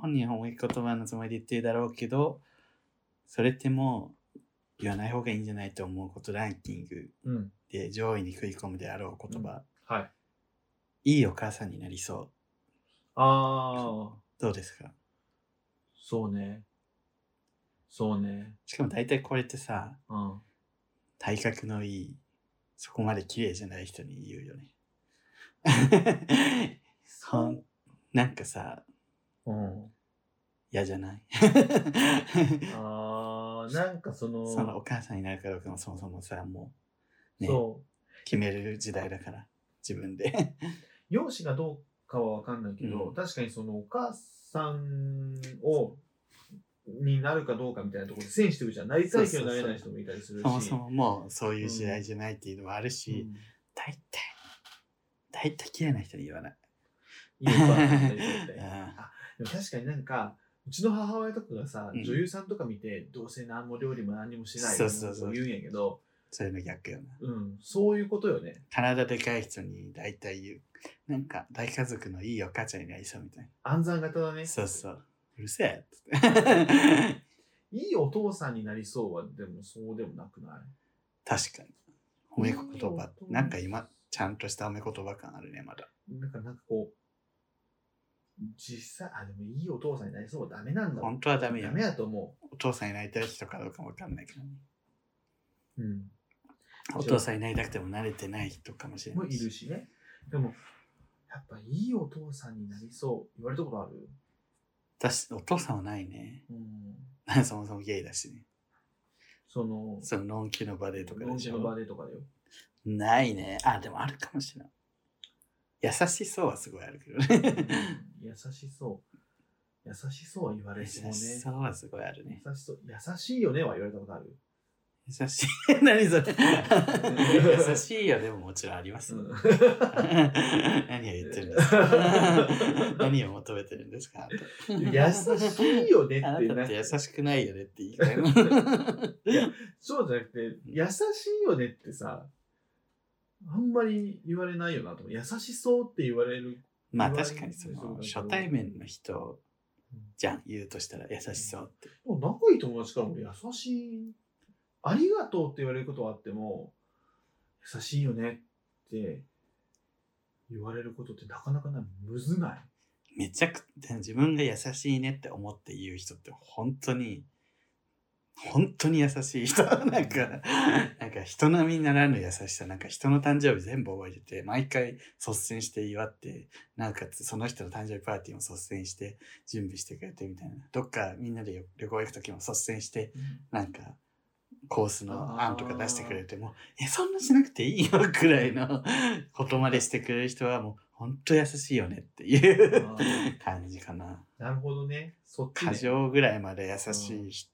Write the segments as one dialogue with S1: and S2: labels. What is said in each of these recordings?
S1: 本人は褒め言葉のつもりで言ってるだろうけど、それってもう言わない方がいいんじゃないと思うことランキング
S2: うん。
S1: で上位に食い込むであろう言葉、
S2: はい。
S1: いいお母さんになりそ
S2: ああ、
S1: う。どうですか
S2: そうね。そうね。
S1: しかも大体これってさ、
S2: うん。
S1: 体格のいい、そこまで綺麗じゃない人に言うよね。 ほんなんかさ、
S2: うん。
S1: 嫌じゃない
S2: ああ、なんかその、
S1: そのお母さんになるかどうかもそもそもさ、もう、ね、
S2: そう。
S1: 決める時代だから、自分で。
S2: 容姿がどうかは分かんないけど、
S1: うん
S2: 確かにそのお母さんをになるかどうかみたいなところで選手というじゃんなりたいけどなれない人もいたりするし
S1: そもそももうそういう時代じゃないっていうのもあるし、
S2: うん
S1: 大体、大体綺麗な人に言わ ない。
S2: いいお母さんになりたいみた い
S1: うん
S2: なあでも確かになんかうちの母親とかがさ、
S1: うん
S2: 女優さんとか見てどうせ何も料理も何にもしない
S1: そうそうそう
S2: 言うんやけど、
S1: そういうの逆よな。
S2: うん、そういうことよね
S1: 体でかい人に大体言う。なんか大家族のいいお母ちゃんになりそうみたい
S2: 暗算型だね
S1: な。そうそう。うるせえっつって。
S2: いいお父さんになりそうはでもそうでもなくない
S1: 確かに。褒め言
S2: いい
S1: 葉
S2: よ。
S1: なんか今、ちゃんとした褒め言葉感あるね、まだ。
S2: なんか、なんかこう、実際、あ、でもいいお父さんになりそうはダメなんだ
S1: 本当はダ
S2: ダ
S1: メよ。
S2: だと思
S1: お父さんになりたい人かどうかもわかんないからね。
S2: う。うん。
S1: お父さんになりたくても慣れてない人かもしれ
S2: も
S1: な
S2: う
S1: い
S2: い
S1: し。
S2: るしね。でも、やっぱいいお父さんになりそう。言われたことある
S1: 私、お父さんはないね。
S2: う ん。
S1: そもそもゲイだしね。
S2: その、
S1: その、のんきの場でとか
S2: ロ
S1: で
S2: ン
S1: し
S2: ジの場
S1: ょ。
S2: でとか だよ。
S1: ないね。あ、でもあるかもしれない。優しそうはすごいあるけど
S2: う
S1: ね。
S2: ん優しそう。優しそうは言われ
S1: 優
S2: そうね。
S1: しそうはすごいあるね。
S2: 優しそう。優しいよねは言われたことある。
S1: 優しい。 何それ。優しいよ、でももちろんありますよ。 何を言ってるんです か何を求めてるんですかあなた
S2: 優しいよねって
S1: あなた
S2: な
S1: っ
S2: ん
S1: て
S2: か
S1: 優しくないよねって言いたいの
S2: そうじゃなくて、優しいよねってさ、あんまり言われないよなと思う。優しそうって言われる。
S1: まあ確かにその初対面の人じゃん言うとしたら優しそうって
S2: でも仲いい友達からも優しい。ありがとうって言われることはあっても、優しいよねって言われることってなかなかない。むずない。
S1: めちゃくちゃ自分が優しいねって思って言う人って本当に本当に優しい人 なんかなんか人並みにならぬ優しさなんか人の誕生日全部覚えてて毎回率先して祝ってなおかつその人の誕生日パーティーも率先して準備してくれてみたいなどっかみんなで旅行行く時も率先してなんかコースの案とか出してくれてもえそんなしなくていいよくらい のことまでしてくれる人はもう本当優しいよねっていう
S2: あー
S1: 感じかな。
S2: なるほどね。そっち、
S1: 過
S2: ね。
S1: 剰ぐらいまで優しい人。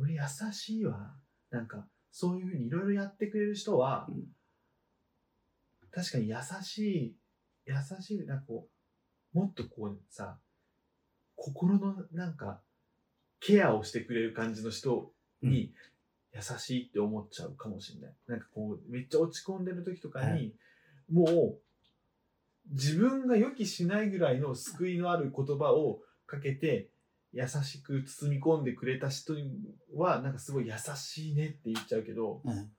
S2: 俺優しいわ。なんか、そういうふうにいろいろやってくれる人は、
S1: うん
S2: 確かに優しい、優しい、なんかこう、もっとこうさ、心のなんか、ケアをしてくれる感じの人に、優しいって思っちゃうかもしれない。なんかこう、めっちゃ落ち込んでる時とか
S1: は
S2: に、もう、自分が予期しないぐらいの救いのある言葉をかけて、優しく包み込んでくれた人は、なんかすごい優しいねって言っちゃうけど、
S1: うん、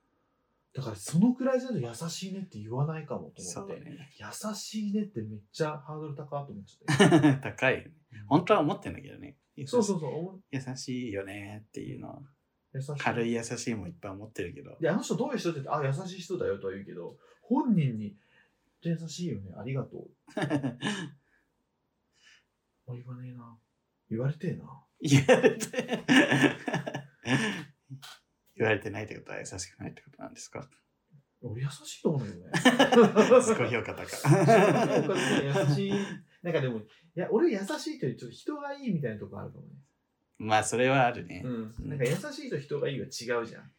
S2: だからそのくらいじゃないと優しいねって言わないかもと
S1: そ
S2: 思っ
S1: う
S2: て。
S1: ね。
S2: 優しいねってめっちゃハードル高いと思っちゃっ
S1: 高いよね。
S2: て。
S1: 本当は思ってんだけどね。
S2: そうそうそうお。
S1: 優しいよねっていうのは。
S2: 優しい。
S1: 軽い優しいもいっぱい思ってるけ ど。
S2: で、あの人どういう人って言って、あ、優しい人だよとは言うけど、本人に、優しいよね、ありがとう。あ言わねえな。言われてえな。
S1: 言われて。 言われてないってことは優しくないってことなんですか
S2: 俺優しいと思うんだよね。
S1: すごい評価高
S2: なんかね優
S1: い。
S2: しい。なんかでも、いや、俺優しいというよりちょっと人がいいみたいなとこあるかもね。
S1: まあそれはあるね。
S2: うん。なんか優しいと人がいいは違うじゃん。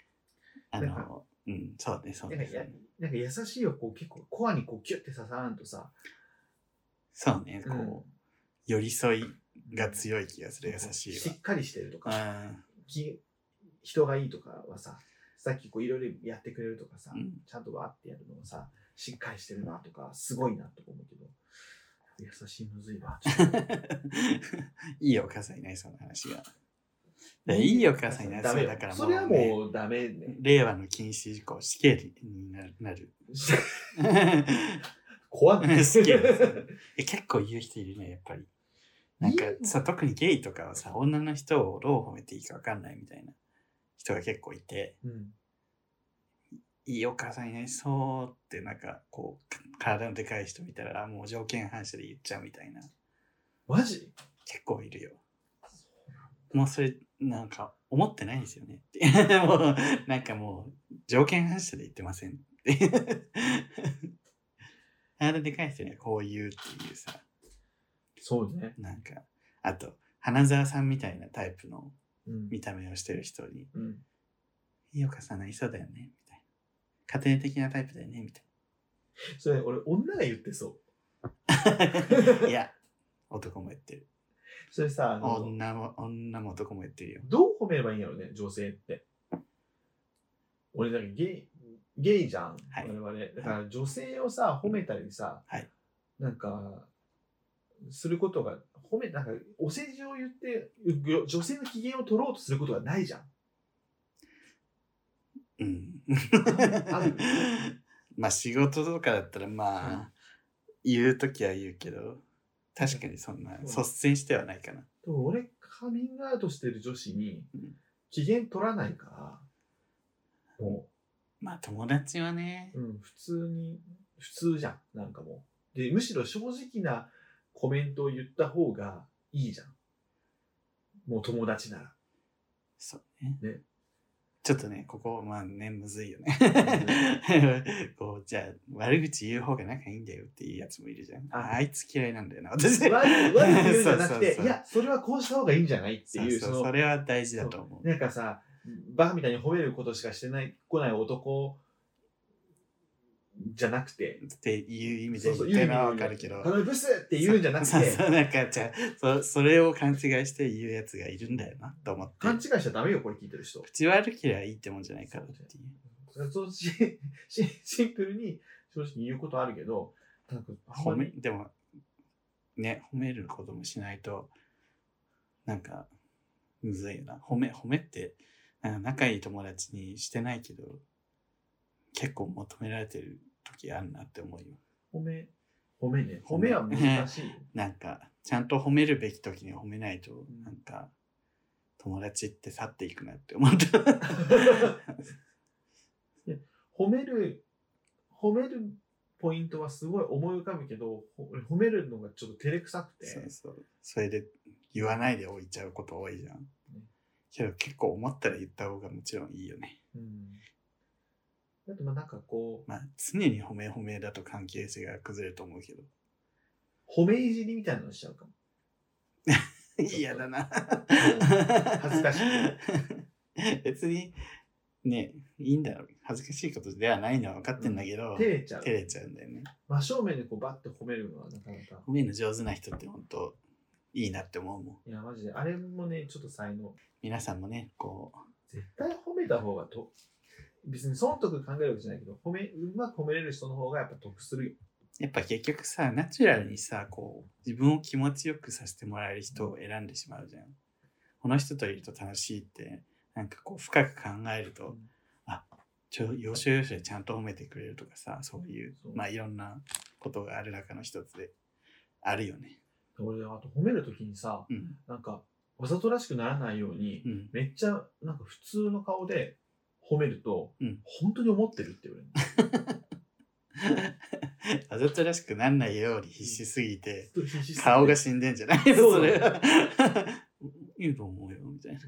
S1: あ
S2: なん
S1: の、うん、そうね、そう
S2: なんか
S1: ね。
S2: やなんか優しいはこう結構コアにこうキュッて刺さらんとさ、
S1: そうね、こう、
S2: うん
S1: 寄り添いが強い気がする、優しい
S2: しっかりしてるとか、
S1: は。
S2: き人がいいとかはさ、さっきこういろいろやってくれるとかさ、
S1: うん
S2: ちゃんとわーってやるのもさ、しっかりしてるなとか、すごいなとか思うけど、優しいむずい わ。
S1: いいお母さんいないそうな話が。でいいお母さんいない
S2: ダ
S1: そ
S2: メ
S1: う
S2: よ
S1: だからも、
S2: そうれは
S1: ね、
S2: もうダメね。
S1: 令和の禁止事項、死刑になる。な る
S2: 怖い。
S1: 好きですえ結構言う人いるね、やっぱり。なんか
S2: いい
S1: さ、特にゲイとかはさ、女の人をどう褒めていいか分かんないみたいな人が結構いて、
S2: うん。
S1: いいお母さんいないそうって、なんかこう、か体のでかい人見たら、あもう条件反射で言っちゃうみたいな、
S2: マジ
S1: 結構いるよ。もうそれ、なんか、思ってないんですよね。 もう、なんかもう、条件反射で言ってません って。体でかい人にはこう言うっていうさ。
S2: そうね。
S1: なんか、あと、花澤さんみたいなタイプの
S2: うん。
S1: 見た目をしてる人に、
S2: うん。
S1: いいお母さんないそうだよね、みたいな。家庭的なタイプだよね、みた
S2: それ俺、女が言ってそ
S1: いな。いや、男も言ってる。
S2: う。それさ、あの
S1: 女も、女も男も言ってるよ。
S2: どう褒めればいいんやろうね、女性って。俺、だけゲイ、ゲイじゃん、
S1: はい
S2: 我々。だから女性をさ、褒めたりさ、
S1: はい
S2: なんか、することが、褒め、なんか、お世辞を言って、よ女性の機嫌を取ろうとすることがないじゃん。
S1: うん。
S2: ある
S1: まあ、仕事とかだったら、まあ、言うときは言うけど、確かにそんな、率先してはないかな。
S2: でも俺、カミングアウトしてる女子に
S1: うん、
S2: 機嫌取らないから、もう、
S1: まあ、友達はね、
S2: うん、普通に、普通じゃん、なんかもう。で、むしろ正直なコメントを言った方がいいじゃん。もう友 達なら。
S1: そうね。
S2: ね
S1: ちょっとね、ここ、まあね、むずいよね
S2: う。
S1: こう、じゃあ、悪口言う方が仲いいんだよっていうやつもいるじゃん。
S2: あ
S1: ああいつ嫌いなんだよな、私。
S2: 悪い悪い言うんじゃ
S1: そう
S2: なく
S1: そう
S2: て、
S1: そう
S2: いや、それはこうした方がいいんじゃないっていう、
S1: そうそう
S2: そ
S1: そ
S2: の、
S1: れは大事だと思う。
S2: なんかさ、バカみたいに褒めることしかしてない、来ない男じゃなくて、
S1: っていう意味
S2: そ
S1: で
S2: うそう
S1: 言ってるのはわかるけど。
S2: あのブスって言うんじゃな く
S1: そう
S2: て、
S1: そう、なんか、じゃあそ、それを勘違いして言うやつがいるんだよな、と思っ
S2: 勘違い
S1: て。
S2: しちゃダメよ、これ聞いてる人。
S1: 口悪ければいいってもんじゃないからっていう。
S2: そうししシンプルに正直に言うことあるけど、なんかあんま
S1: 褒
S2: り
S1: め、でも、ね、褒めることもしないと、なんか、むずいよな。褒め、褒めって、なんか仲いい友達にしてないけど、結構求められてる時あるなって思うよ。
S2: 褒め、褒めね。褒めは難しいよ。
S1: なんか、ちゃんと褒めるべき時に褒めないと
S2: ん、
S1: なんか、友達って去っていくなって思 った。
S2: 褒める、褒めるポイントはすごい思い浮かぶけど、ほ俺褒めるのがちょっと照れくさくて、
S1: そうそう。それで、言わないで置いちゃうこと多いじゃん
S2: うん。
S1: けど結構思ったら言った方がもちろんいいよね。
S2: うん。だってまあなんかこ
S1: まあ、常に褒め褒めだと関係性が崩れると思うけど。
S2: う、褒めいじりみたいなのしちゃうかも。と
S1: 嫌だな。
S2: 恥ずかしい。
S1: 別に、ね、いいんだろう。恥ずかしいことではないのは分かってんだけど、
S2: 照れちゃう
S1: 照。れちゃうんだよね。
S2: 真正面でこうバッと褒めるのはなかなか。
S1: 褒めるの上手な人って本当、いいなって思うもん。
S2: いや、マジで。あれもね、ちょっと才能。
S1: 皆さんもね、こ
S2: 絶対褒めた方がと、別に損得考えるわけじゃないけど、褒め、うまく褒めれる人の方がやっぱ得するよ。
S1: う、やっぱ結局さ、ナチュラルにさ、こう、自分を気持ちよくさせてもらえる人を選んでしまうじゃん。この人といると楽しいって、なんかこう、深く考えると、ちょ要所要所でちゃんと褒めてくれるとかさそういう
S2: そう
S1: まあいろんなことがある中の一つであるよね。
S2: 俺、あと褒めるときにさ、
S1: うん
S2: なんか、わざとらしくならないように、
S1: うん、
S2: めっちゃ、なんか普通の顔で褒めると、
S1: うん
S2: 本当に思ってるって言われる。
S1: わざとらしくなんないように必死すぎて
S2: ちょっと 必死すぎて
S1: 顔が死んでんじゃない
S2: そう
S1: それは いいと思うよみたいな。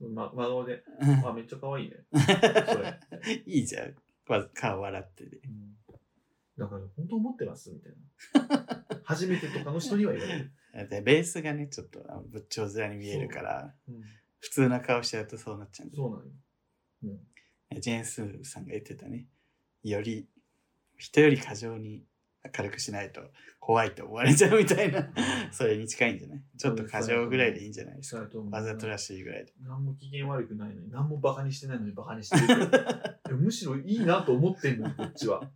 S2: うんま、真顔 で、あ、めっちゃ可愛いね。それ
S1: いいじゃんわ顔笑ってて。
S2: うんだから、本当思ってますみたい な。初めてとかの人には言われる。
S1: でベースがねちょっとあの仏頂面に見えるから
S2: うん
S1: 普通な顔しちゃうとそうなっちゃうんだよ
S2: そうなのよ。うん
S1: ジェーン・スーさんが言ってたね。より、人より過剰に明るくしないと怖いと思われちゃうみたいな。それに近いんじゃないちょっと過剰ぐらいでいいんじゃないですか。
S2: そうだと思う
S1: わざとらしいぐらいで。
S2: 何も機嫌悪くないのに、何もバカにしてないのにバカにしてる。 でもむしろいいなと思ってんのよ、こっちは。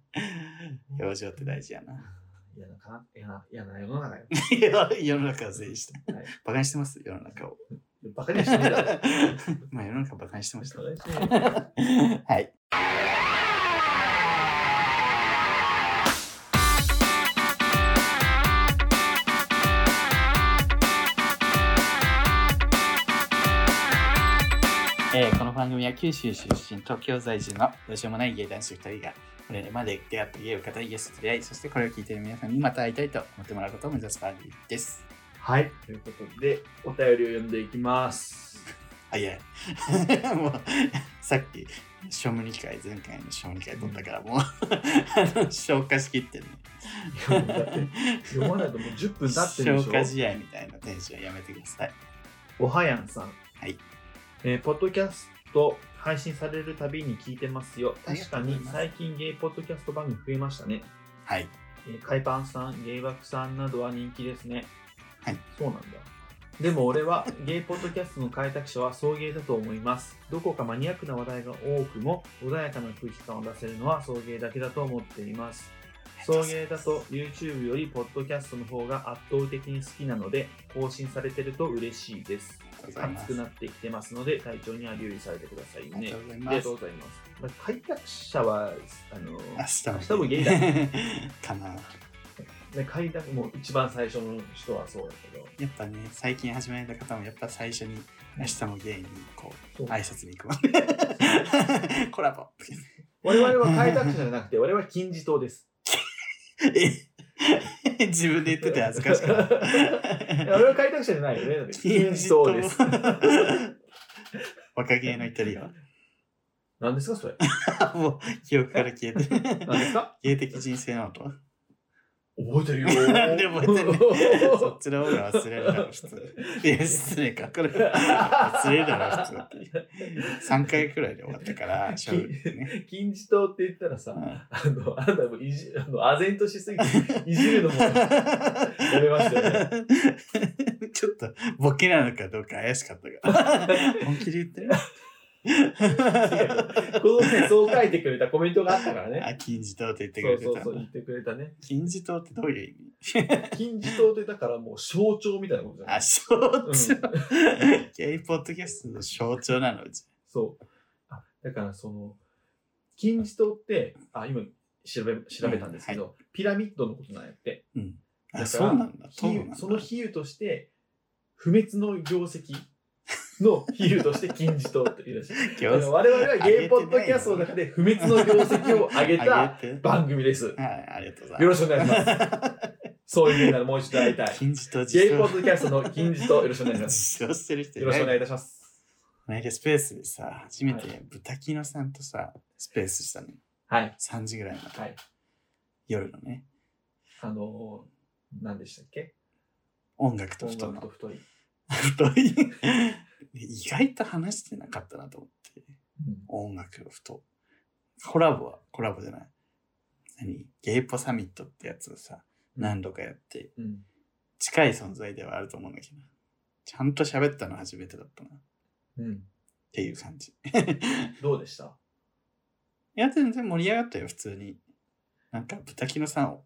S1: 表情って大事やな。
S2: い嫌なかな嫌な嫌な世の中よ。
S1: いや世の中は全員した。
S2: はい
S1: バカにしてます、世の中を。
S2: バカにはし てないだろ。
S1: まあ世の中バカにしてました。
S2: バカにしてないよ
S1: はい。えーこの番組は九州出身、東京在住のどうしようもない芸男子2人が、これまで出会った芸を語り、ゲストと出会い、そしてこれを聞いている皆さんにまた会いたいと思ってもらうことを目指す番組です。
S2: はい。ということで、お便りを読んでいきます。
S1: 早い。 もう、さっき、小務2回、前回の小務2回取ったから、もう、 あの消化しきってるね。
S2: いやもうだって読まないともう10分経ってるでし
S1: 消
S2: ょ。
S1: 化試合みたいなテンションやめてください。
S2: おはやんさん。
S1: はい。
S2: えーポッドキャスト配信されるたびに聞いてますよ。
S1: ありがと
S2: 確か
S1: うござい
S2: に
S1: ます
S2: 最近ゲイポッドキャスト番組増えましたね。
S1: はい。
S2: えー、海パンさん、ゲイバクさんなどは人気ですね。
S1: はい。
S2: そうなんだ。でも俺は ゲイポッドキャストの開拓者は送迎だと思います。どこかマニアックな話題が多くも穏やかな空気感を出せるのは送迎だけだと思っています。送迎だと YouTube よりポッドキャストの方が圧倒的に好きなので更新されてると嬉しいです。
S1: ありがとうございます
S2: 暑く。なってきてますので体調には留意されてください
S1: あり
S2: ね
S1: がと。うござい
S2: あり
S1: ま
S2: が
S1: す
S2: とう。ございます。まあ開拓者はあの
S1: 明
S2: 明日もゲイだ。
S1: かな。
S2: ね、開拓もう一番最初の人はそうだけど、
S1: やっぱね、最近始めた方も、やっぱ最初に、明日もゲイに、こ、
S2: そうう
S1: 挨拶に行こ う。コラボ。
S2: 我々は開拓者じゃ なくて我々は金字塔です
S1: え、自分で言ってて恥ずかしくなった
S2: い や俺は開拓者じゃないよねだって金字塔です
S1: 若芸の一人は。
S2: 何ですかそれ
S1: もう、記憶から消えてる。
S2: 何ですか
S1: 芸的人生なのとは。
S2: 覚えてるよ
S1: なんで覚えてんねんそっちの方が忘れるだろ、普通。いや、失礼か。これ、忘れるだろ、普通。3回くらいで終わったから、勝負ね。
S2: 金字塔って言ったらさ、
S1: うん
S2: あの、あんたもいじ、あの、唖然としすぎて、いじるのも、やめましたよ
S1: ちょっと、ボケなのかどうか怪しかったが。 本気で言ってる
S2: このね、そう書いてくれたコメントがあったからね。
S1: あ、金字塔って言ってく
S2: そ
S1: れ
S2: う
S1: て
S2: そう
S1: た
S2: そう、
S1: ん
S2: 言っ
S1: だ。
S2: てくれたね。
S1: 金字塔ってどういう意
S2: 金字塔ってだからもう象徴みたいなことじゃ
S1: 味
S2: ない
S1: あ、象
S2: うん
S1: 徴。ゲイポッドキャストの象徴なのうち。
S2: そう。あだからその、金字塔って、あ、今調べ調べたんですけど、ピラミッドのことなんやって。
S1: うん。あ、
S2: だか
S1: そう
S2: ら
S1: なんだ。
S2: 比
S1: そうな
S2: 喩
S1: んだ
S2: その比喩として、不滅の業績の比喩として金字塔って言う らしい。だから我々はゲイポッドキャストの中で不滅の業績を上げた
S1: あげて
S2: 番組です。よ
S1: はい、ありがとうござい
S2: ろ
S1: ま
S2: しくお願いします。そういうみんならもう一度会いたい
S1: す。。金字塔
S2: ゲ
S1: 自
S2: イポッ
S1: 称
S2: ドキャストの金字塔よろしくお願いします。
S1: 自称してる人い
S2: よろ
S1: な
S2: し
S1: い
S2: くお
S1: こ
S2: 願いいたします。
S1: の間スペースでさ、初め
S2: は
S1: てブタキノさんとさ、スペースしたの。
S2: はい。
S1: 3時ぐらいの
S2: はい。
S1: 夜のね、
S2: あのー、何でしたっけ
S1: 音楽と
S2: 音
S1: 太
S2: 楽と
S1: の。
S2: 太い。
S1: 太い。意外と話してなかったなと思って。
S2: うん
S1: 音楽と太。コラボは、コラボじゃない。何ゲイポサミットってやつをさ、何度かやって、
S2: うん、
S1: 近い存在ではあると思うんだけど、ちゃんと喋ったの初めてだったな。
S2: うん、
S1: っていう感じ。い
S2: どうでした
S1: や、全然盛り上がったよ、普通に。なんか、ブタキノさん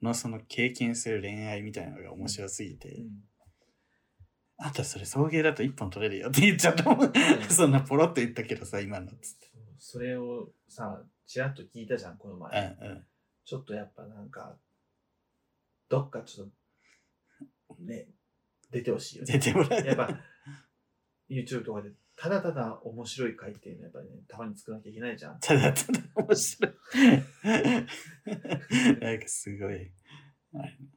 S1: のその経験する恋愛みたいなのが面白すぎて、あとそれ送迎だと一本取れるよって言っちゃったもん。 そんなポロっと言ったけどさ、今のっつっ
S2: それをさちらっと聞いたじゃんこの前、
S1: て。うんうん。
S2: ちょっとやっぱなんかどっかちょっとね出てほしいよ
S1: 出
S2: ね
S1: てもらえ
S2: やっぱ YouTube とかでただただ面白い回っていうのはやっぱねたまに作らなきゃいけないじゃん
S1: ただただ面白い。 なんかすごい。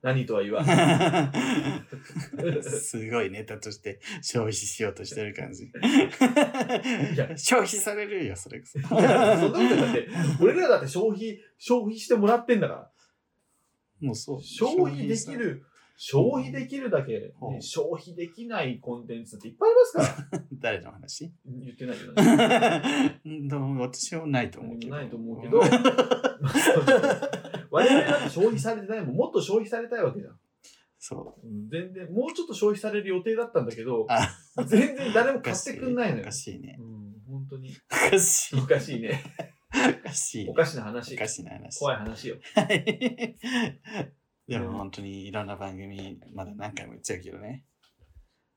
S2: 何とは言 わん
S1: すごいネタとして消費しようとしてる感じ
S2: や。
S1: 消費されるよ、それこそ。
S2: いやそんなことだって俺らだって消費消費してもらってんだから
S1: もうそう。
S2: 消費でき
S1: さ。
S2: る消費できるだけ、ね
S1: ほう
S2: 消費できないコンテンツっていっぱいありますから
S1: 誰の話
S2: 言ってないよね。
S1: どうも私はないと思うけど。
S2: ないと思うけど、我々なんて消費されてないもん、もっと消費されたいわけじゃん。
S1: そう。
S2: うん全然、もうちょっと消費される予定だったんだけど、
S1: あ、
S2: 全然誰も
S1: お
S2: 買
S1: か
S2: っ
S1: してい
S2: くんないの
S1: お
S2: よ
S1: か。しいね
S2: う。ん、本当
S1: お
S2: に。
S1: かしい。
S2: おかしいね。
S1: おかしいね。
S2: おかしな
S1: お
S2: 話
S1: か。しいな話。
S2: 怖い話よ。
S1: はい。 でも
S2: うん
S1: 本当にいろんな番組、まだ何回も言っちゃうけどね。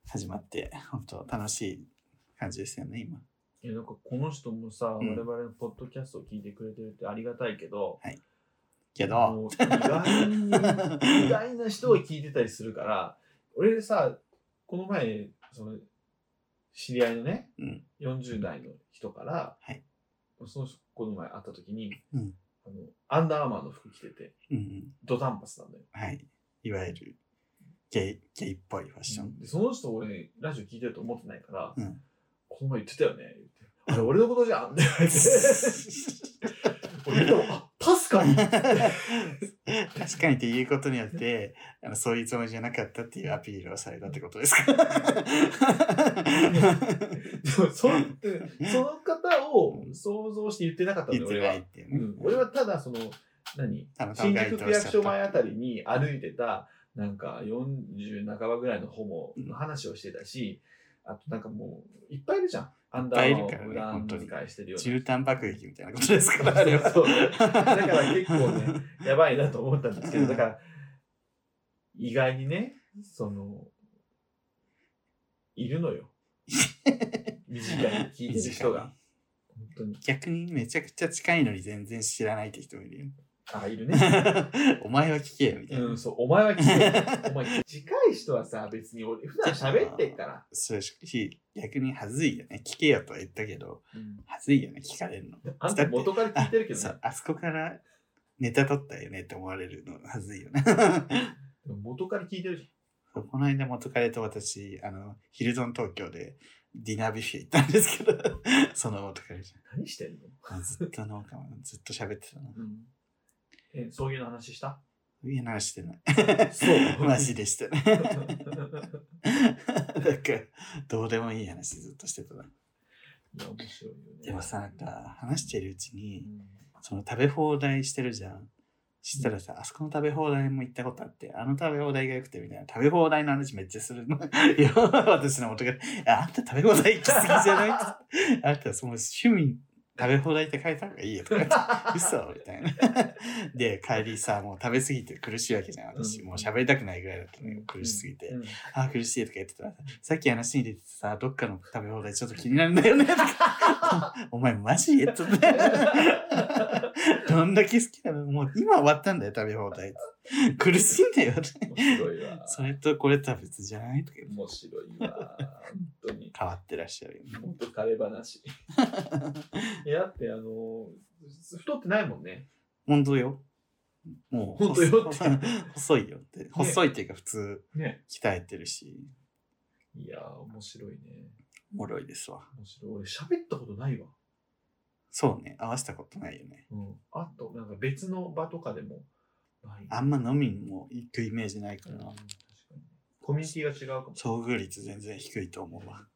S1: 始まって、本当楽しい感じですよね、今。
S2: いやなんかこの人もさ、
S1: うん
S2: 我々のポッドキャストを聞いてくれてるってありがたいけど、
S1: けど、
S2: もう意外に意外な人を聞いてたりするから、俺さ、この前、その、知り合いのね、
S1: うん
S2: 40代の人から、
S1: はい
S2: その人この前会った時に、
S1: うん
S2: あの、アンダーアーマーの服着てて、
S1: うんうん、
S2: ドタンパスなんだよ。
S1: はい。いわゆる、ゲイ、ゲイっぽいファッション。
S2: でその人俺、ラジオ聞いてると思ってないから、
S1: うん。
S2: この前言ってたよね、言ってあれ俺のことじゃんって言わ れて。俺でもあ確か に
S1: 確かにって言うことによってあのそういうつもりじゃなかったっていうアピールをされたってことです か
S2: でもそうその方を想像して言ってなかったの
S1: 言
S2: よ、
S1: って
S2: 俺
S1: な
S2: は。
S1: いっていう
S2: う
S1: ね、
S2: ん、俺はただ、その、何
S1: たまたま
S2: 新
S1: 該
S2: 宿
S1: 当
S2: 区
S1: し
S2: 役
S1: ちゃ
S2: 所
S1: った
S2: 前あたりに歩いてた、なんか40半ばぐらいのホモの話をしてたし、あとなんかもう、いっぱいいるじゃん。アンダーマンを普段使いしてるような。
S1: 絨毯爆撃みたいなことです
S2: そ
S1: か
S2: う
S1: らあれは
S2: そうだから結構ね、 やばいなと思ったんですけど、だから、意外にね、その、いるのよ。身近に聞いてる人 が。本当に。
S1: 逆にめちゃくちゃ近いのに全然知らないって人もいるよ
S2: あ、いるね。
S1: お前は聞けよみたいな、
S2: うん、そう、お前は聞けよ。お前、近い人はさ、別に俺、普段喋ってっから。
S1: そうし逆に恥ずいよね聞けよとは言ったけど
S2: うん
S1: 恥ずいよね聞かれるの
S2: あんた元から聞いてるけど
S1: そ
S2: ね
S1: う。あそこからネタ取ったよねって思われるの恥ずいよね
S2: でも元から聞いてるじ
S1: この間元彼と私あのヒルゾン東京でディナービュッフェ行ったんですけど その元彼じ
S2: ゃん。何してんの
S1: ゃんずっとなんかずっと喋ってたな
S2: うん。え、そういうの話した
S1: そういう話してない
S2: そ う
S1: マジでしてない なんかどうでもいい話ずっとしてたない
S2: や、面白いよね。
S1: でもさなんか話してるうち
S2: う
S1: に
S2: ん、
S1: その食べ放題してるじゃんそしたらさ、あそこの食べ放題も行ったことあって、あの食べ放題が良くてみたいな、食べ放題の話めっちゃするの。 いや、私の元が、ああんた食べ放題行き過ぎじゃない ってあんたその趣味、食べ放題って書いた方がいいよとか言って、嘘みたいな。 で、帰りさ、もう食べ過ぎて苦しいわけじゃん、私。
S2: うん
S1: もう喋りたくないぐらいだったのよ、苦しすぎて。あー苦しいとか言ってたらさ、さっき話に出てたさ、どっかの食べ放題ちょっと気になるんだよねと か。お前マジえっとね。どんだけ好きなのもう今終わったんだよ、食べ放題。苦しいんだよ。
S2: 面白いわ。
S1: それとこれとは別じゃないとか言って
S2: 面白いわ。本当に。
S1: 変わってらっしゃるよね。
S2: 本当 彼話。いや、だって、あの、太ってないもんね。
S1: 本当よ。もう、
S2: 本当よって
S1: 細いよって。細いっていうか普通
S2: ね。
S1: 鍛えてるし、
S2: いやー、面白いね。
S1: おもろいですわ。
S2: 面白い。俺、喋ったことないわ。
S1: そうね、合わせたことないよね。
S2: うん。あと、なんか別の場とかでもない。
S1: あんま飲みにも行くイメージないか
S2: うん、
S1: らな
S2: 確か。に。コミュニティが違うかも。
S1: 遭遇率全然低いと思うわ。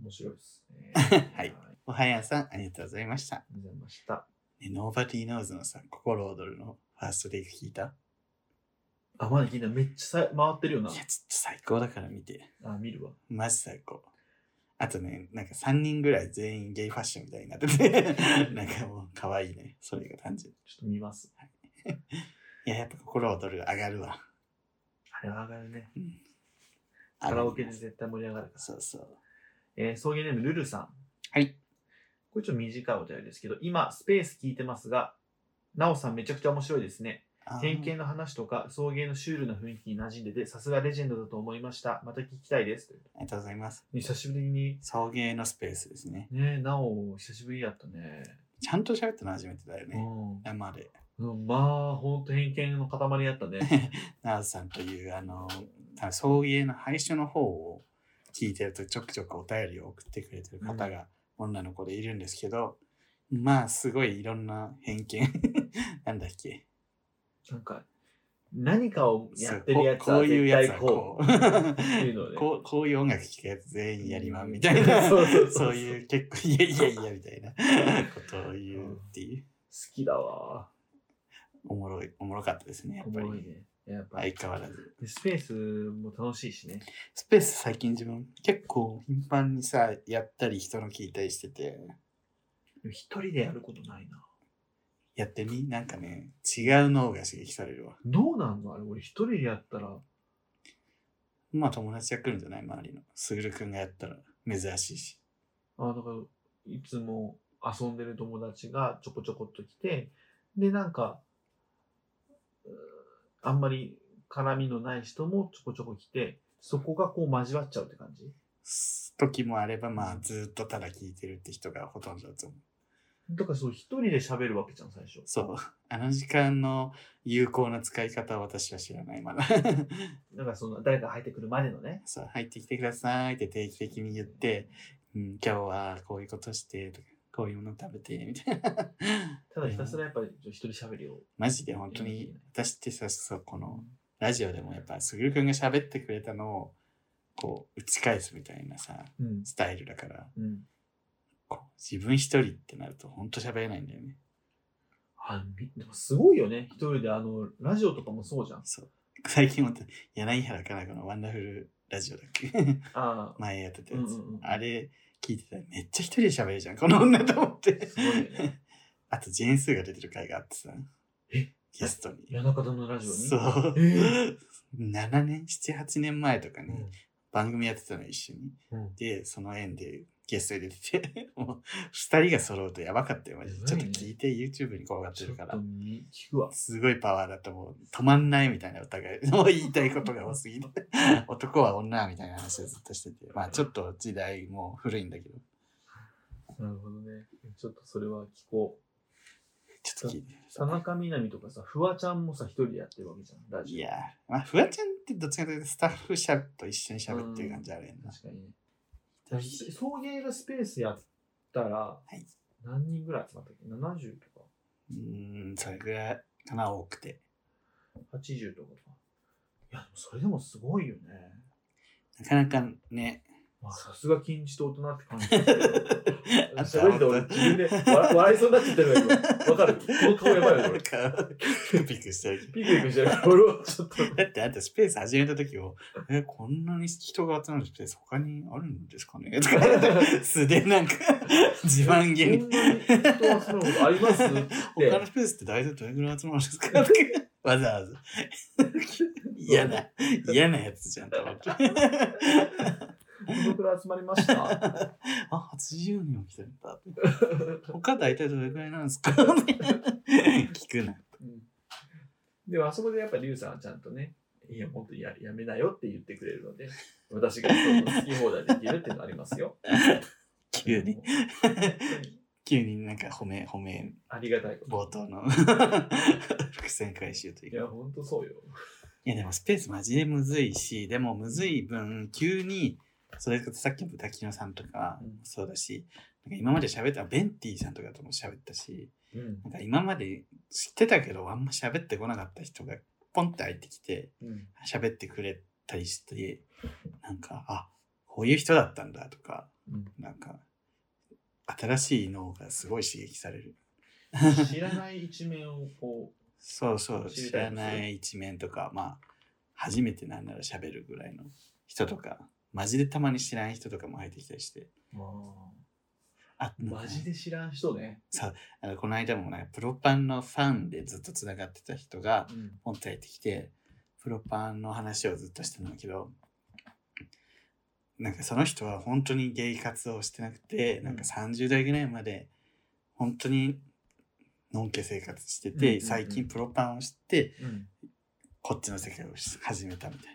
S2: 面白いですね。
S1: はい
S2: ありがと
S1: おはやさん、ありがとうございました。
S2: うございました。
S1: ね、Nobody Knows のさ、心躍るのファーストテイク聞いた
S2: あ、まだ聞いた。めっちゃさ回ってるよ
S1: い
S2: な
S1: や、。ちょっと最高だから見て。
S2: あ、見るわ。
S1: マジ最高。あとね、なんか3人ぐらい全員ゲイファッションみたいになって て、なんかもう可愛いね。それが単純。
S2: ちょっと見ます。
S1: いや、やっぱ心躍る上がるわ。
S2: あれは上がるね。
S1: うん
S2: カラオケ
S1: 上がりま
S2: で
S1: す
S2: 絶対盛り上がるから。
S1: そうそう。
S2: えー、送迎ネーム、ルルさん。
S1: はい。
S2: これちょっと短いお便りですけど、今、スペース聞いてますが、なおさんめちゃくちゃ面白いですね。
S1: あー
S2: 偏見の話とか、送迎のシュールな雰囲気に馴染んでて、さすがレジェンドだと思いました。また聞きたいです。
S1: ありがとうございます。
S2: 久しぶりに、
S1: 送迎のスペースですね。
S2: ねなお、久しぶりやったね。
S1: ちゃんと喋ったの初めてだよね。
S2: うん
S1: 生で。
S2: うん。まあ、ほんと偏見の塊やった ね。
S1: ナーズさんという、あの、多分送迎の配信の方を聞いてると、ちょくちょくお便りを送ってくれてる方が女の子でいるんですけど、まあ、すごいいろんな偏見。 なんだっけ。
S2: なんか、何かをやってるやつ
S1: そうこうこ
S2: は
S1: ういう
S2: 絶
S1: やつ
S2: 対
S1: は
S2: こ
S1: こ
S2: う。
S1: う。
S2: っていうの で。
S1: こうこういう音楽聴くやつ全員やりまんみたいな、
S2: そうそうそう
S1: そういう結構、いやいやいやみたいなことを言うっていう、
S2: 好きだわ。
S1: おもろい、おもろかったですね、や
S2: お
S1: っぱ
S2: もろい
S1: り。
S2: ね。やっぱ
S1: 相変わらず。
S2: でスペースも楽しいしね。
S1: スペース最近自分結構頻繁にさ、やったり人の聞いたりしてて、
S2: でも一人でやることないな。
S1: やってみなんかね、違う脳が刺激されるわ。
S2: どうなんのあれ、俺一人でやったら、
S1: まあ友達が来るんじゃない周りの。すぐるくんがやったら珍しいし。
S2: あだからいつも遊んでる友達がちょこちょこっと来てでなんかうーあんまり絡みのない人もちょこちょこ来てそこがこう交わっちゃうって感じ
S1: す時もあれば、まあずっとただ聞いてるって人がほとんどだと思う。
S2: だからそう一人で喋るわけじゃん最初
S1: そう。 あの時間の有効な使い方は私は知らない、まだ。
S2: なんかその誰か入ってくるまでのね
S1: そう、入ってきてくださいって定期的に言って、うん、今日はこういうことして、とか、こういうもの食べて、みたいな。
S2: ただひたすらやっぱり一人喋りを
S1: マジで本当に、私ってさ、そう、このラジオでもやっぱ、すぐるくんが喋ってくれたのを、こう、打ち返すみたいなさ、
S2: うん
S1: スタイルだから。
S2: うん
S1: こう自分一人ってなると本当喋れないんだよね。
S2: あみでもすごいよね一人であのラジオとかもそうじゃん
S1: そう。最近思った、柳原かな子のワンダフルラジオだっけ
S2: ああ
S1: 前やってた
S2: う
S1: や
S2: ん
S1: つ。
S2: うんうん
S1: あれ聞いてたらめっちゃ一人で喋るじゃん、この女と思って。
S2: すごいね
S1: あと、ジェーンスーが出てる回があってさ。
S2: え
S1: ゲストに。
S2: 夜中のラジオに
S1: そう。
S2: え
S1: 7年、7、8年前とか
S2: う
S1: ね、
S2: ん
S1: 番組やってたの一緒に。
S2: うん
S1: で、その縁でゲストで出てて、もう二人が揃うとやばかったよ、マジで。ち
S2: や
S1: ょっ
S2: ば
S1: と
S2: いね
S1: 聞いて YouTube に転がって
S2: ちょ
S1: る
S2: っ
S1: から
S2: と。み聞くわ。
S1: すごいパワーだともう止まんないみたいなお互いもう 言いたいことが多すぎて男は女みたいな話をずっとしててまあちょっと時代も古いんだけど
S2: なるほどね。ちょっとそれは聞こう。
S1: ちょっと聞いて
S2: 田中みな実とかさ、フワちゃんもさ、一人でやってるわけじゃん、ラジオ。
S1: いやーまあフワちゃんってどっちかというとスタッフしゃと一緒に喋ってる感じあるやんな
S2: 確かにね。だから送迎がスペースやったら
S1: い、
S2: 何人ぐらい集まったっけ ?70 とか
S1: うーんそれぐらいかな多くて
S2: 80とかとか。いや、でもそれでもすごいよね。
S1: なかなかね
S2: まあ、さすが金字と大人って感じだけ ど。
S1: あんた
S2: 喋りで俺自分で笑笑いそうになっちゃってるわ今わかるこの顔やばいよ、俺。
S1: 顔ピクピクしてる
S2: ピクピクしてる。俺はちょっと。
S1: だってあんたスペース始めた時も、え、こんなに人が集まるスペース他にあるんですかねと か、素でなんか自慢げに。
S2: こんなに人はそのことありますって
S1: 他のスペースって大体どれぐらい集まるんですかとか、わざわざ。嫌な、嫌なやつじゃんと思って。
S2: どのくらい集まりました
S1: あ、80人も来てるんだって。他大体どれぐらいなんですか聞くな。
S2: うんでもあそこでやっぱりリュウさんはちゃんとね、いや、もっとややめなよって言ってくれるので、私がそう好き放題できるっていうのありますよ。
S1: 急に、
S2: 本当に
S1: 急になんか褒め、褒め、
S2: ありがたいこと。
S1: 冒頭の伏線回収という
S2: い
S1: か
S2: や、本当そうよ。
S1: いやでもスペースマジでむずいし、でもむずい分、急に、それこそさっきの豚キノさんとか
S2: うん
S1: そうだし、なんか今まで喋った、ベンティさんとかとも喋ったし、
S2: うん
S1: なんか今まで知ってたけど、あんま喋ってこなかった人が、ポンって入ってきて、
S2: うん
S1: 喋ってくれたりして、なんか、あ、こういう人だったんだとか、
S2: うん
S1: なんか、新しい脳がすごい刺激される。
S2: 知らない一面をこ
S1: そうそう、
S2: 知り
S1: 知
S2: たい
S1: らない一面とか、まあ、初めてなんなら喋るぐらいの人とか、マジでたまに知らん人とかも入ってきたりして。
S2: う、ま
S1: あ、
S2: あ、マジで知らん人ね。
S1: あのこの間もなんかプロパンのファンでずっとつながってた人が、
S2: うん
S1: 本体入ってきて、プロパンの話をずっとしてたんだけど、なんかその人は本当にゲイ活動をしてなくて、
S2: うん
S1: なんか30代ぐらいまで本当にのんけ生活してて、
S2: うんうんうん
S1: 最近プロパンを知って、
S2: うん
S1: こっちの世界を始めたみたい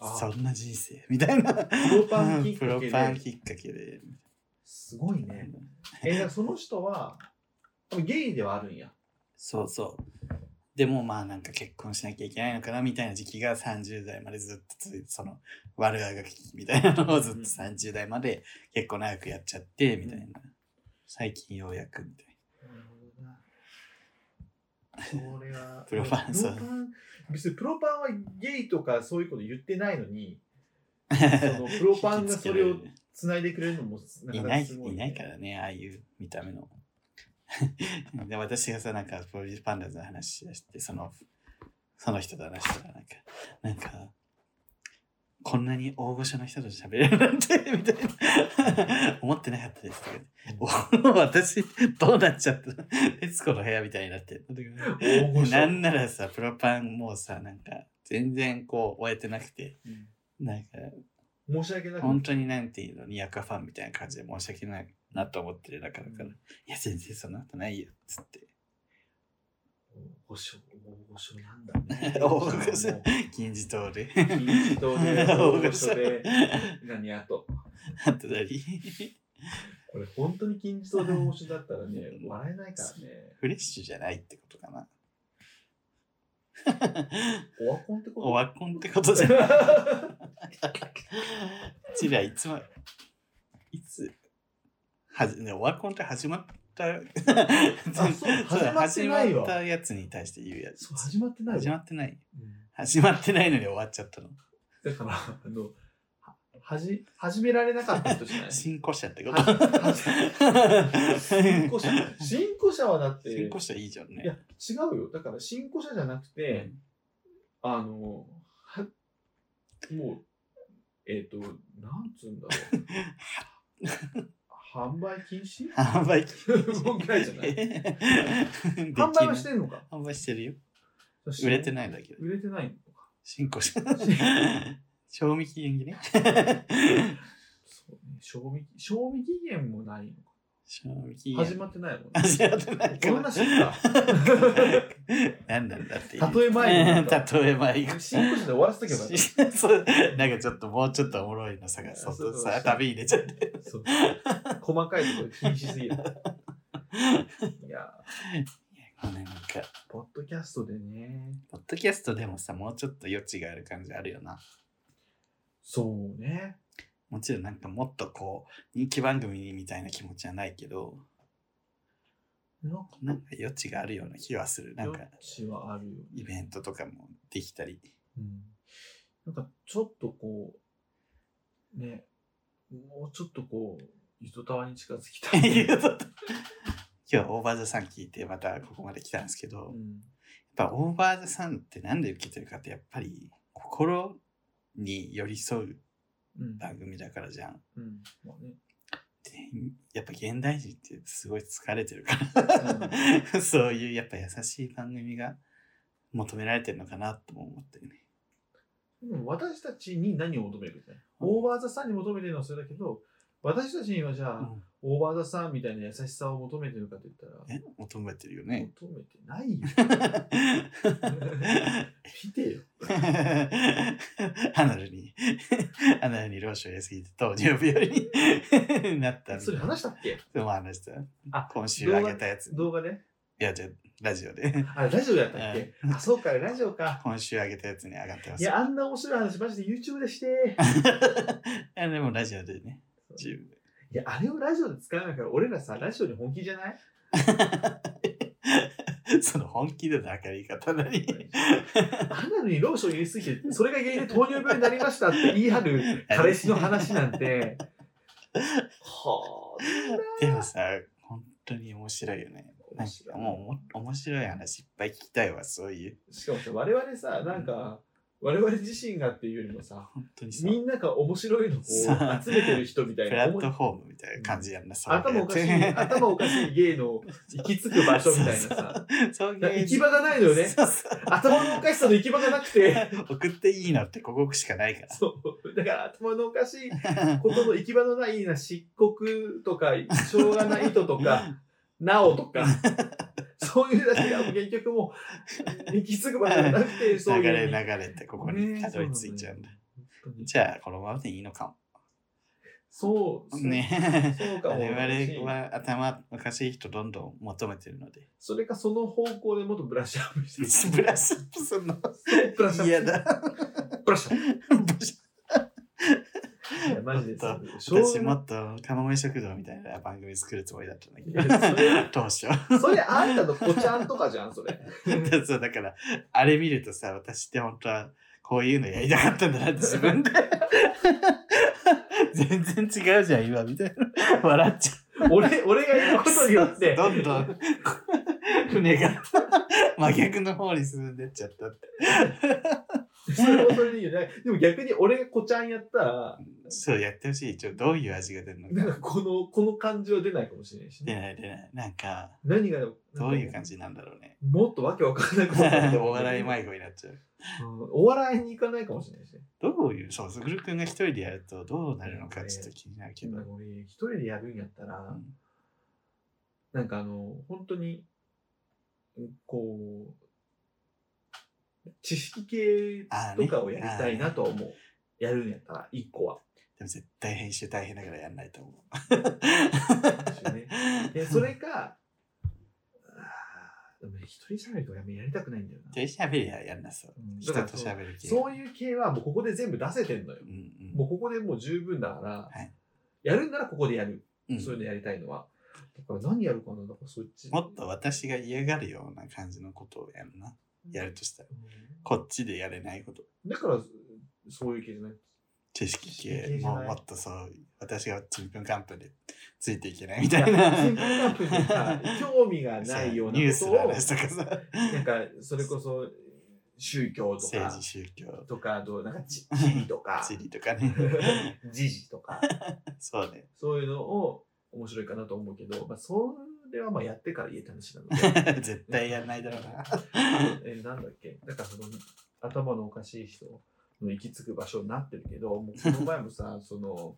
S1: な。
S2: あ
S1: そんな人生みたいな。プ
S2: ロパンきっ
S1: プ
S2: かけで
S1: ロパンきっかけで。
S2: すご いね。え、だからその人は、多分ゲイではあるんや。
S1: そうそう。でもまあなんか結婚しなきゃいけないのかなみたいな時期が30代までずっと続いて、その悪あがきみたいなのをずっと
S2: うん
S1: 30代まで結構長くやっちゃって、みたいな。最近ようやくみたい
S2: なるほどな。それは
S1: プロパンそう
S2: プロパン別にプロパンはゲイとかそういうこと言ってない のに、そ
S1: な。
S2: のプロパンがそれを
S1: 引きつけらる
S2: 繋いでくれるのもなか
S1: い
S2: な
S1: ない、
S2: かすごい、
S1: いないからね、ああいう見た目の。 で私がさ、なんか、プロデュースパンダーズの話しだして、その、その人と話したら、なんか、なんか、こんなに大御所の人と喋れるなんて、みたいな。 思ってなかったですとか言って。お私、どうなっちゃったの徹子の部屋みたいになってる。
S2: 大御所
S1: なんならさ、プロパンもうさ、なんか、全然こう、終えてなくて、なんか、
S2: 申し 訳なく
S1: 本当になんていうの、にやかファンみたいな感じで申し訳ないなと思ってるだからから、
S2: うん
S1: いや、全然そんなことないよ、つって。。
S2: 大御所、大御所なんだ ね
S1: 大御所金字塔で。、
S2: 金字塔で、大御所で
S1: あ
S2: 何あと。
S1: と何
S2: これ本当に金字塔で大御所だったらね、 笑えないからね。
S1: フレッシュじゃないってことかな。
S2: オワコンってこと
S1: オワコンって ことじゃない。うちらいつも、いつ、はじ、ね、オワコンって始まった、
S2: そう始まってな
S1: 始
S2: いわ
S1: まったやつに対して言うやつ
S2: そう、。始まってないわ
S1: 始まってない。
S2: うん
S1: 始まってないのに終わっちゃったの。
S2: だから、あの、ははじ、始められなかった人じゃ ない
S1: 新古社ってこと
S2: は新古社新古社はだって、
S1: 新古社いいじゃん
S2: いや
S1: ね。、
S2: 違うよ。だから、新古社じゃなくて、あの、は、もう、えっ、と、なんつうんだろう。販売禁止
S1: 販売 機。
S2: もうぐらいじゃない販
S1: 販
S2: 売はしてんのか
S1: 販売してるよ。売れてないんだけど。
S2: 売れてないのか。
S1: 新古 社。賞味期限切れ
S2: そうね。賞味期、賞味期限もないのか。
S1: 賞味期限。
S2: 始まってないもんね。
S1: 始まってないか
S2: こん
S1: ら
S2: な。シーンか。
S1: 何なんだっていう。
S2: 例え前に。
S1: 例えばいいか
S2: 新古社で終わらせとけばよ かっ
S1: そうなんかちょっともうちょっとおもろいの探そう
S2: そう
S1: と
S2: そう
S1: さ、旅入れちゃって。
S2: たそう細かいところ気にしすぎる。いや
S1: もうなんか、
S2: ー、ポッドキャストでね。
S1: ポッドキャストでもさ、もうちょっと余地がある感じあるよな。
S2: そうね。
S1: もちろんなんかもっとこう、人気番組みたいな気持ちはないけど、
S2: なんか、
S1: なんか余地があるような気はする。なんか
S2: 余、地はあるよ、
S1: イベントとかもできたり。
S2: うん。なんか、ちょっとこう、ね、もうちょっとこう、ゆとたわに近づきた い。
S1: 今日、オーバーザさん聞いてまたここまで来たんですけど、
S2: うん
S1: やっぱオーバーザさんってなんで受けてるかってやっぱり心に寄り添う
S2: うん。
S1: 番組だからじゃん。
S2: うん。まあね。
S1: でやっぱ現代人ってすごい疲れてるから、 そういうやっぱ優しい番組が求められてるのかなとも思ってね。
S2: でも私たちに何を求めるかね。オーバーザさんに求めてるのはそれだけど、私たちにはじゃあ、
S1: うん
S2: オーバーザさんみたいな優しさを求めてるかといったら、
S1: え求めてるよね。
S2: 求めてないよ。 見てよ。
S1: アナルに、 アナルにローション入れすぎて糖尿病になったんだ
S2: それ話したっけ
S1: でも話した。
S2: あ
S1: 今週あげたやつ。い
S2: 動画で
S1: や、じゃあラジオで。
S2: あれ、ラジオやったっけあ、そうか、ラジオか。
S1: 今週あげたやつに上がってま
S2: い
S1: す。
S2: や、あんな面白い話、マジで YouTube でして。
S1: あでもラジオでね、自由で。
S2: いや、あれをラジオで使わないから、俺らさ、ラジオに本気じゃない
S1: その本気での明るい方なに。
S2: あんなのにローション入れすぎて、それが原因で糖尿病になりましたって言い張る彼氏の話なんて。は
S1: でもさ、本当に面白いよね。
S2: あ。
S1: なんかもうおも面白い話いっぱい聞きたいわ、そういう。
S2: しかもさ、我々さ、なんか、我々自身がっていうよりもさ、
S1: 本当にさ、
S2: みんなが面白いのをこ
S1: さあ
S2: う集めてる人み
S1: プ
S2: たいな。
S1: ラット
S2: 思い
S1: フォームみたいな感じやんな、そういう
S2: 頭おかし い、
S1: やつ
S2: 頭おかしい芸の行き着く場所みたいな
S1: そう
S2: さ。
S1: そういう
S2: だから行き場がないのよね。
S1: そうそう
S2: 頭のおかしさの行き場がなくて。
S1: 送っていいのってここしかないか
S2: そう。だから頭のおかしい
S1: ら。
S2: ことの行き場のないな漆黒とか、しょうがない糸とか、なおとか、そういうだけが結局もう、行き着く場所がなくて、そう
S1: 流
S2: い
S1: れ
S2: う。
S1: 流れてここにたどり着いちゃうんだ。じゃあ、このままでいいのか
S2: そう
S1: も。
S2: そう。
S1: ね。
S2: そうかもだ
S1: 我
S2: し
S1: 々は頭おかしい人どんどん求めてるので。
S2: それかその方向でもっとブラッシュアッ プして、
S1: ブラッシュアップするの
S2: ブラッシュアップ
S1: 嫌だ。
S2: ブラッシュアップ。いや、マジで
S1: ちょ
S2: さ
S1: っ、
S2: しょ
S1: 私
S2: う
S1: も
S2: が
S1: っとカモメ食堂みたいな番組作るつもりだったんだけ
S2: いやそれ
S1: ど。当初。
S2: それあんたのこちゃんとかじゃん、それ。
S1: そうだから、あれ見るとさ、私って本当はこういうのやりたかったんだ なって自分で。 全然違うじゃん、今みたいな。笑っちゃ
S2: 俺、俺が言うことによって
S1: う。、どんどん船が真逆の方に進んでっちゃったって。
S2: それもそれでいいよね。でも逆に俺がこちゃんやったら、
S1: そうやってほしい。ちょ、どういう味が出る
S2: なん
S1: の
S2: か
S1: か。
S2: この、この感じは出ないかもしれないし
S1: 出
S2: ね。
S1: ない出ない。なんか、
S2: 何が、
S1: どういう感
S2: じ
S1: じなんだろうね。
S2: もっとわけわかんないことに なる
S1: お笑い迷子になっちゃう。
S2: うんお笑いに行かないかもしれないしね。
S1: どういう、そう、すぐるくんが一人でやるとどうなるのかちょっと気になるけど。
S2: なんか俺、一人でやるんやったら、
S1: うん
S2: なんかあの、本当に、こう、知識系
S1: あー
S2: と
S1: ね
S2: かをやりたいなとは思う。やるんやったら、一 個は。
S1: でも絶対編集大変だからやんないと思う。
S2: ねで、それか、あーでも一人喋りとかやめやりたくないんだよな。
S1: で、喋りはやんなそう。
S2: うん
S1: 人
S2: だ
S1: と
S2: からそう
S1: 喋る系。
S2: そういう系はもうここで全部出せてんのよ
S1: う。ん
S2: もうここでもう十分だから、
S1: はい
S2: やるんならここでやる。
S1: うんうん
S2: そういうのやりたいのは。だから何やるかなだからそっち。
S1: もっと私が嫌がるような感じのことをやるな。やるとしたら。
S2: うん
S1: こっちでやれないこと。
S2: だから、そういう系 じゃない。
S1: 知識
S2: 知識
S1: 系
S2: 系じゃ
S1: も
S2: な
S1: う
S2: い
S1: もっとそう、私がちんぷんかんぷんでついていけないみた
S2: い
S1: い
S2: や
S1: な。
S2: 新聞カップにさ興味がないような
S1: ニュー
S2: こ
S1: ス
S2: と
S1: の
S2: を、
S1: 話とか さ、
S2: なんか、それこそ、宗教と
S1: 政
S2: か
S1: 治、、宗教、
S2: とか、あと、なんか地、地理とか、
S1: 地理とかね。
S2: 時事とか、
S1: そうね。
S2: そういうのを面白いかなと思うけど、まあ、それはまあやってから言えた話なの で、
S1: 絶対やんないだろうな。
S2: えーなんだっけ、だからその頭のおかしい人の行き着く場所になってるけど、もうこの前 もさ、その、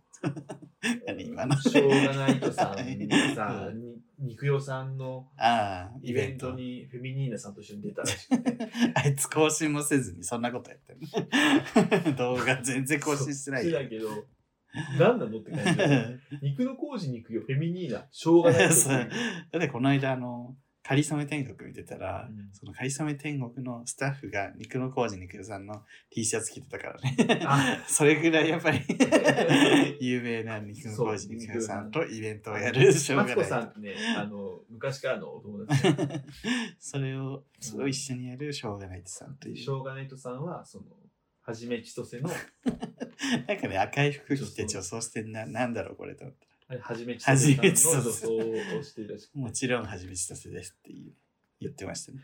S1: 何今の
S2: しょうがないとさんがさ
S1: う、
S2: に肉代さんの
S1: ああ、
S2: イ
S1: イ
S2: ベ
S1: ベ
S2: ン
S1: ン
S2: ト
S1: ト。
S2: にフェミニーナさんと一緒に出たらしくて、
S1: あいつ更新もせずにそんなことやってる。 動画全然更 新してない
S2: そう
S1: よ
S2: だ。けど、何なのって感じだよね肉の工事肉代フェミニーナ、しょうがない と
S1: そう だってこの間あの「かりそめ天国」見てたら、
S2: うん
S1: そのかりそめ天国のスタッフが肉の工事肉屋さんの T シャツ着てたからね
S2: あ
S1: それぐらいやっぱり 有名な肉の工事肉屋さんとイベントをやるしょうが
S2: マツコ
S1: な
S2: さ
S1: い
S2: んってね、あの昔からのお友達で
S1: それをそれを一緒にやるしょうがないさん とい
S2: し
S1: う
S2: ょうがないとさんは、その、はじめ千歳の、
S1: なんかね赤い服着て女装してんななんだろうこれと思ったら
S2: あれはじめ千
S1: はじめ
S2: 歳
S1: ち
S2: さん
S1: と
S2: の
S1: せ
S2: 女装をしているらしく
S1: もちろん初めさせですっていう言ってましたね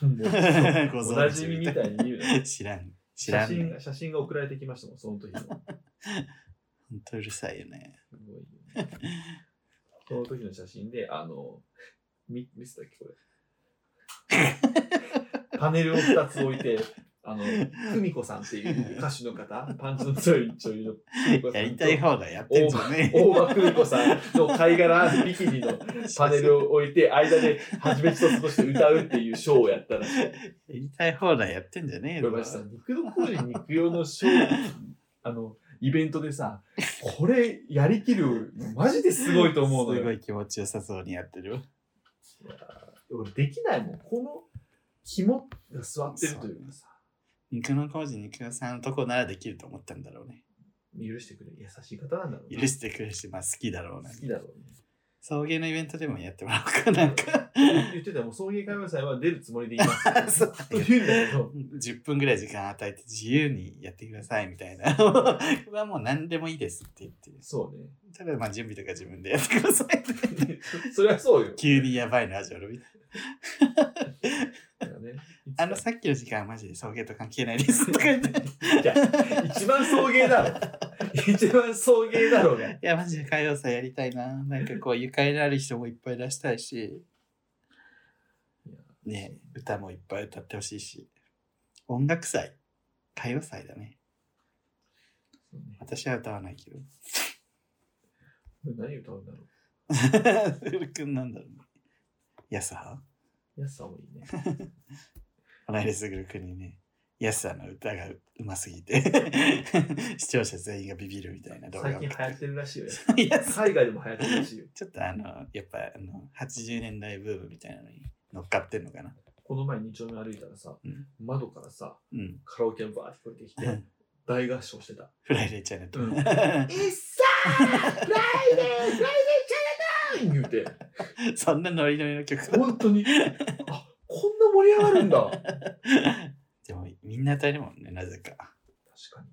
S2: も う
S1: ご
S2: お
S1: 存
S2: な
S1: 知
S2: じみ
S1: みた
S2: み
S1: い
S2: たいに言うね
S1: 知らん知
S2: 写
S1: らんね
S2: 真が写真が送られてきましたもん、その時の。す
S1: ほんとうるさいよね
S2: ごいよねその時の写真で、あの、み見せたっけ、これ。パネルを2つ置いて、あの、久美子さんっていう歌手の方、パンチの強い女優の久美子さんと
S1: やりたい放題やってんじゃねえ。
S2: 大場久美子さんの貝殻ビキニのパネルを置いて、間ではじめちととして歌うっていうショーをやったらし い。
S1: やりたい放題やってんじゃねえ
S2: 小
S1: よ。
S2: 林さん、肉の工事肉用のショー、あの、イベントでさ、これやりきる、マジですごいと思うの
S1: すご
S2: よ。
S1: い気持ちよさそうにやってるわ。
S2: 俺できないもん。この肝が座ってるというかさ、
S1: 肉の工事肉屋さんのとこならできると思ったんだろうね。
S2: 許してくれる優しい方なんだろうな。
S1: 許してくれるし、まあ好きだろう
S2: 好
S1: な。
S2: きだろうね。
S1: 送迎のイベントでもやってもらおうかなん か。
S2: 言ってたよもう送迎会話祭は出るつもりでいます
S1: そう
S2: と言うんだけど、
S1: 10分ぐらい時間与えて自由にやってくださいみたいな。 これはもう何でもいいですって言って。
S2: そうね。
S1: ただまあ準備とか自分でやってくださいって。
S2: そりゃそうよ。
S1: 急にやばいな、ジョルみたい
S2: だからね
S1: な。あのさっきの時間はマジで送迎と関係ないですとか言って。
S2: いや、 一番送迎だろ。一番送迎だろうね。
S1: いや、マジで歌謡祭やりたいな。なんかこう、愉快のある人もいっぱい出したいし、ね、歌もいっぱい歌ってほしいし、音楽祭、歌謡祭だね。
S2: そうね
S1: 私は歌わないけど。
S2: 何歌うんだろ
S1: ふるくんなんだろうね。やすは
S2: う。安さんもいいね。
S1: 同い年すぐるくんにね、やすはの歌がうますぎて、 視聴者全員がビビるみたいな動画
S2: 最
S1: を
S2: 近
S1: 見
S2: 流行ってるらしいよ。
S1: て。やす
S2: 海外でも流行ってるらしいよ。
S1: ちょっとあの、やっぱあの、80年代ブームみたいなのに乗っかってんのかな。
S2: この前2丁目歩いたらさ、
S1: うん
S2: 窓からさ、
S1: うん。
S2: カラオケがバーって聞こえてきて、大合唱してた。
S1: フライデーチャンネルと
S2: う
S1: か
S2: んいっさーフライデーフライデーチャラダン言うて、
S1: そんなノリノリの曲だ
S2: 本当に、あ、こんな盛り上がるんだ。確
S1: でもみんな歌えるもんね、なぜか。
S2: かに。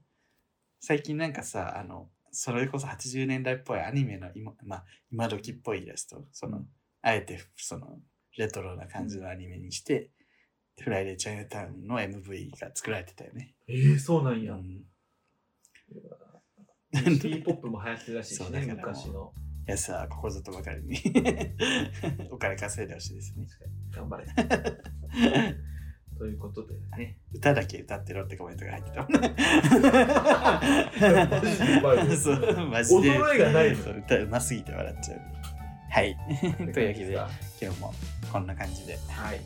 S1: 最近なんかさ、あの、それこそ80年代っぽいアニメの今、まあ、今時っぽいイラスト、その、あえてそのレトロな感じのアニメにして、フライデーチャイナタウンの MV が作られてたよね。
S2: えー、そうなん
S1: う
S2: や。
S1: ん、
S2: シティポップも流行ってるらしいし
S1: そうだ
S2: ね、
S1: から
S2: 昔の。
S1: やつはここぞとばかりに お金稼いでほしいですね。
S2: 頑 張れ。ということでね。
S1: 歌だけ歌ってろってコメントが入ってたもんね。
S2: マジでうまいよ
S1: そう、マジで。
S2: 衰えがないの
S1: そう歌うますぎて笑っちゃう。はい。 というわけで、
S2: は
S1: 今日もこんな感じで、
S2: い。
S1: はい。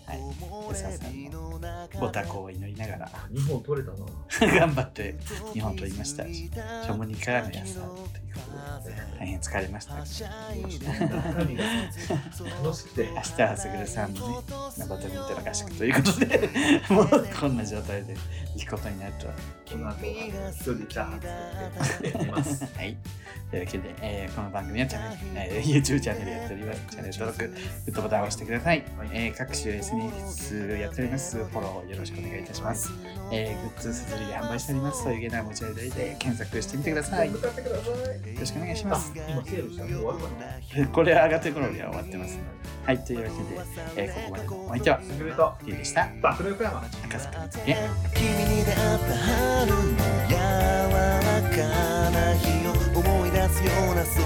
S1: 安田さんのご多幸を祈りながら、
S2: あ日本取れたな。
S1: 頑張って日本取りました。小児からの安さということで、 大変疲れました。
S2: 何が楽しくて。
S1: 明日はすぐるさんにナバトリンテラ合宿ということでもうこんな状態で行くことになるとは
S2: この後は一人でチャーハン作って寝ます。
S1: はいというわけで、えーこの番組はチャンネル、えー YouTube チャンネルやっておりますチャンネル登録グッドボタンを押してください、えー各種 SNS やっておりますフォローよろしくお願いいたします、えーグッズすずりで販売しておりますそういうゲナー持ち上げで検索してみてくださいよ
S2: 歌ってください。
S1: ろしくお願いしま
S2: あ
S1: す、
S2: 今セールしたの終わるかな。
S1: これは上がってる頃には終わってますはいというわけで、えーここまでのお相手は
S2: すぐると、
S1: リュウでした
S2: バトル横山。
S1: 赤坂見つけ
S3: 君に出会った春の柔らかな日を思い出すようなそ